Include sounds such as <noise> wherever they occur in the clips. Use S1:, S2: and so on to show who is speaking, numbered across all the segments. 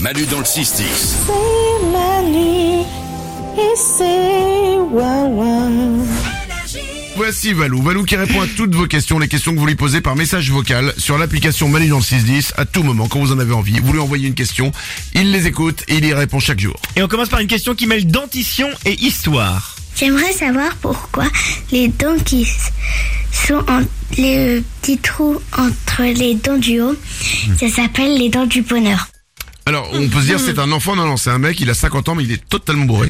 S1: Manu dans le 6-10.
S2: C'est Manu et c'est Wawa.
S3: Voici Valou. Valou qui répond à toutes vos questions, les questions que vous lui posez par message vocal sur l'application Manu dans le 610 à tout moment quand vous en avez envie. Vous lui envoyez une question, il les écoute et il y répond chaque jour.
S4: Et on commence par une question qui mêle dentition et histoire.
S5: J'aimerais savoir pourquoi les dents qui s- sont en- les petits trous entre les dents du haut, ça s'appelle les dents du bonheur.
S3: Alors, on peut se dire c'est un enfant, non non, c'est un mec, il a 50 ans mais il est totalement
S4: <laughs>
S3: bourré.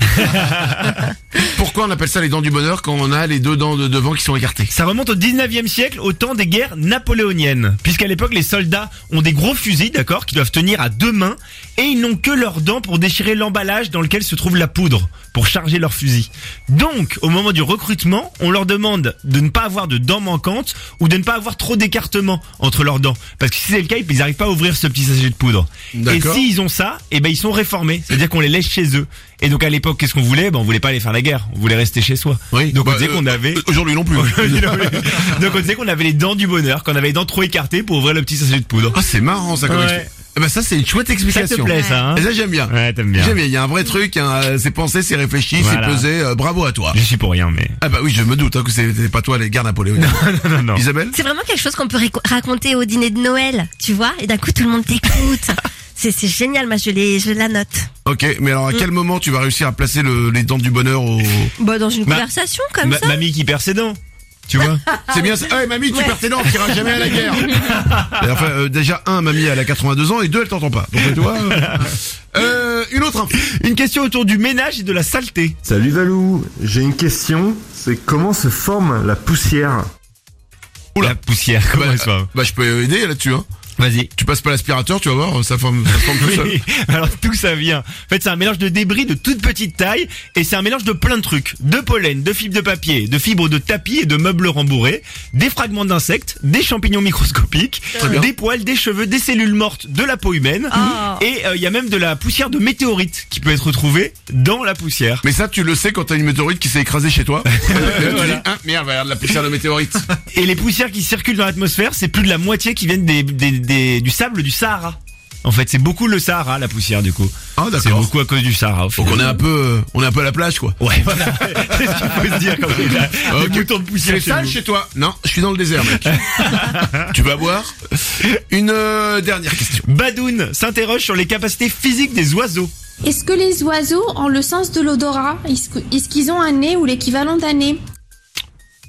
S3: Pourquoi on appelle ça les dents du bonheur quand on a les deux dents de devant qui sont écartées
S4: Ça remonte au 19e siècle, au temps des guerres napoléoniennes. Puisqu'à l'époque, les soldats ont des gros fusils, d'accord, qui doivent tenir à deux mains, et ils n'ont que leurs dents pour déchirer l'emballage dans lequel se trouve la poudre, pour charger leurs fusils. Donc, au moment du recrutement, on leur demande de ne pas avoir de dents manquantes, ou de ne pas avoir trop d'écartement entre leurs dents. Parce que si c'est le cas, ils n'arrivent pas à ouvrir ce petit sachet de poudre. Et
S3: D'accord.
S4: s'ils ont ça, eh ben, ils sont réformés. C'est-à-dire qu'on les laisse chez eux. Et donc, à l'époque, qu'est-ce qu'on voulait? Ben, on voulait pas aller faire la guerre. On voulait rester chez soi. Donc,
S3: Bah,
S4: on disait
S3: euh,
S4: qu'on avait...
S3: Aujourd'hui non plus. hein.
S4: <laughs> Donc on disait qu'on avait les dents du bonheur, qu'on avait les dents trop écartées pour ouvrir le petit sachet de poudre.
S3: Ah c'est marrant ça comme
S4: Ouais.
S3: explication. Eh ben, ça c'est une chouette
S4: Ça
S3: explication.
S4: te plaît ça hein
S3: Et ça j'aime bien.
S4: Ouais, t'aimes bien.
S3: J'aime bien, il y a un vrai truc, hein, euh, c'est pensé, c'est réfléchi,
S4: Voilà.
S3: c'est pesé, euh, bravo à toi.
S4: Je suis pour rien mais.
S3: Ah bah oui, je me doute hein, que c'était pas toi les gardes napoléoniens.
S4: <laughs> Non non.
S3: Isabelle
S6: C'est vraiment quelque chose qu'on peut réco- raconter au dîner de Noël, tu vois, et d'un coup tout le monde t'écoute. C'est c'est génial, moi je, l'ai- je la note.
S3: Ok, mais alors à quel moment tu vas réussir à placer le- les dents du bonheur au...
S6: Bah, dans une
S4: Ma-
S6: conversation comme
S4: Ma-
S6: ça.
S4: mamie qui perd ses dents. Tu
S6: <laughs>
S4: vois
S3: C'est bien ça. Hey, mamie, tu perds tes dents, tu iras jamais à la guerre. Et enfin, euh, déjà, un, mamie, elle a 82 ans, et deux, elle t'entend pas. Donc, tu vois, euh, euh, une autre info.
S4: Une question autour du ménage et de la saleté.
S7: Salut Valou, j'ai une question, c'est comment se forme la poussière
S3: Oula.
S4: La poussière, comment
S3: bah,
S4: elle se forme
S3: bah, je peux aider là-dessus, hein.
S4: Vas-y.
S3: Tu passes pas l'aspirateur, tu vas voir, ça forme, ça forme tout seul.
S4: Oui. Alors tout ça <laughs> vient. En fait, c'est un mélange de débris de toute petite taille et c'est un mélange de plein de trucs, de pollen, de fibres de papier, de fibres de tapis et de meubles rembourrés, des fragments d'insectes, des champignons microscopiques,
S3: bien. Ah.
S4: des poils, des cheveux, des cellules mortes, de la peau humaine
S6: Oh.
S4: et euh, il y a même de la poussière de météorite qui peut être retrouvée dans la poussière.
S3: Mais ça, tu le sais quand t'as une météorite qui s'est écrasée chez
S4: <laughs>
S3: toi. Et là, tu dis, ah, merde, regarde la poussière de météorite.
S4: Et les poussières qui circulent dans l'atmosphère, c'est plus de la moitié qui viennent des, des- des- du sable du Sahara. En fait, c'est beaucoup le Sahara, la poussière, du coup.
S3: Ah,
S4: C'est
S3: d'accord.
S4: beaucoup à cause du Sahara, au
S3: Donc,
S4: final.
S3: on est un peu, euh, on est un peu à la plage, quoi.
S4: Ouais, voilà. C'est ce qu'il <laughs> faut se dire quand il a
S3: Ok.
S4: des boutons de
S3: C'est
S4: poussière chez
S3: sale
S4: vous.
S3: chez toi Non, je suis dans le désert,
S4: <laughs>
S3: mec. tu vas boire Une euh, dernière question.
S4: Badoun s'interroge sur les capacités physiques des oiseaux.
S8: Est-ce que les oiseaux ont le sens de l'odorat Est-ce que- est-ce qu'ils ont un nez ou l'équivalent d'un nez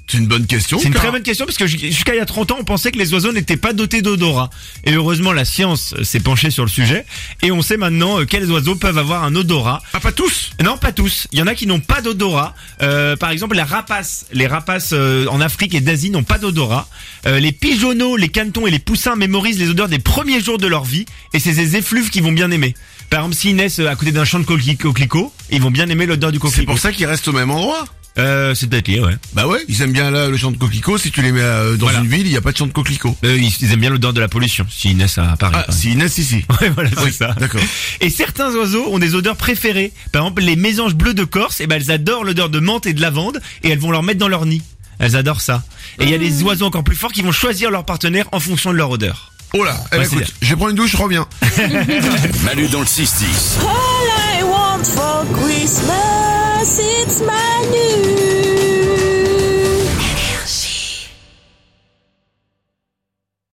S3: C'est une bonne question.
S4: C'est une
S3: Clara.
S4: très bonne question parce que ju- jusqu'à il y a 30 ans, on pensait que les oiseaux n'étaient pas dotés d'odorat. Et heureusement, la science euh, s'est penchée sur le sujet et on sait maintenant euh, quels oiseaux peuvent avoir un odorat.
S3: Ah, pas tous
S4: Non, pas tous. Il y en a qui n'ont pas d'odorat. Euh, par exemple, la rapace. Les rapaces euh, en Afrique et d'Asie n'ont pas d'odorat. Euh, les pigeonneaux, les canetons et les poussins mémorisent les odeurs des premiers jours de leur vie. Et c'est ces effluves qu'ils vont bien aimer. Par exemple, s'ils naissent euh, à côté d'un champ de coqui- coquelicots, ils vont bien aimer l'odeur du
S3: C'est
S4: coquelicot.
S3: pour ça qu'ils restent au même endroit.
S4: Euh, c'est peut-être lié, ouais.
S3: Bah ouais, ils aiment bien là le champ de coquelicot. Si tu les mets euh, dans
S4: Voilà.
S3: une ville, il n'y a pas de champ de coquelicot.
S4: Euh, ils, ils aiment bien l'odeur de la pollution, s'ils naissent à Paris.
S3: Ah,
S4: par
S3: si, Inès, si, si.
S4: exemple. <laughs> Ouais, voilà, c'est
S3: Oui,
S4: ça.
S3: D'accord.
S4: Et certains oiseaux ont des odeurs préférées. Par exemple, les mésanges bleues de Corse, eh ben, elles adorent l'odeur de menthe et de lavande et elles vont leur mettre dans leur nid. Elles adorent ça. Et il y a des oiseaux encore plus forts qui vont choisir leur partenaire en fonction de leur odeur.
S3: Oh là, eh,
S4: Ouais, c'est
S3: écoute, je vais prendre une douche, je reviens.
S1: Manu dans le 6-10.
S2: All I want for Christmas, it's Manu.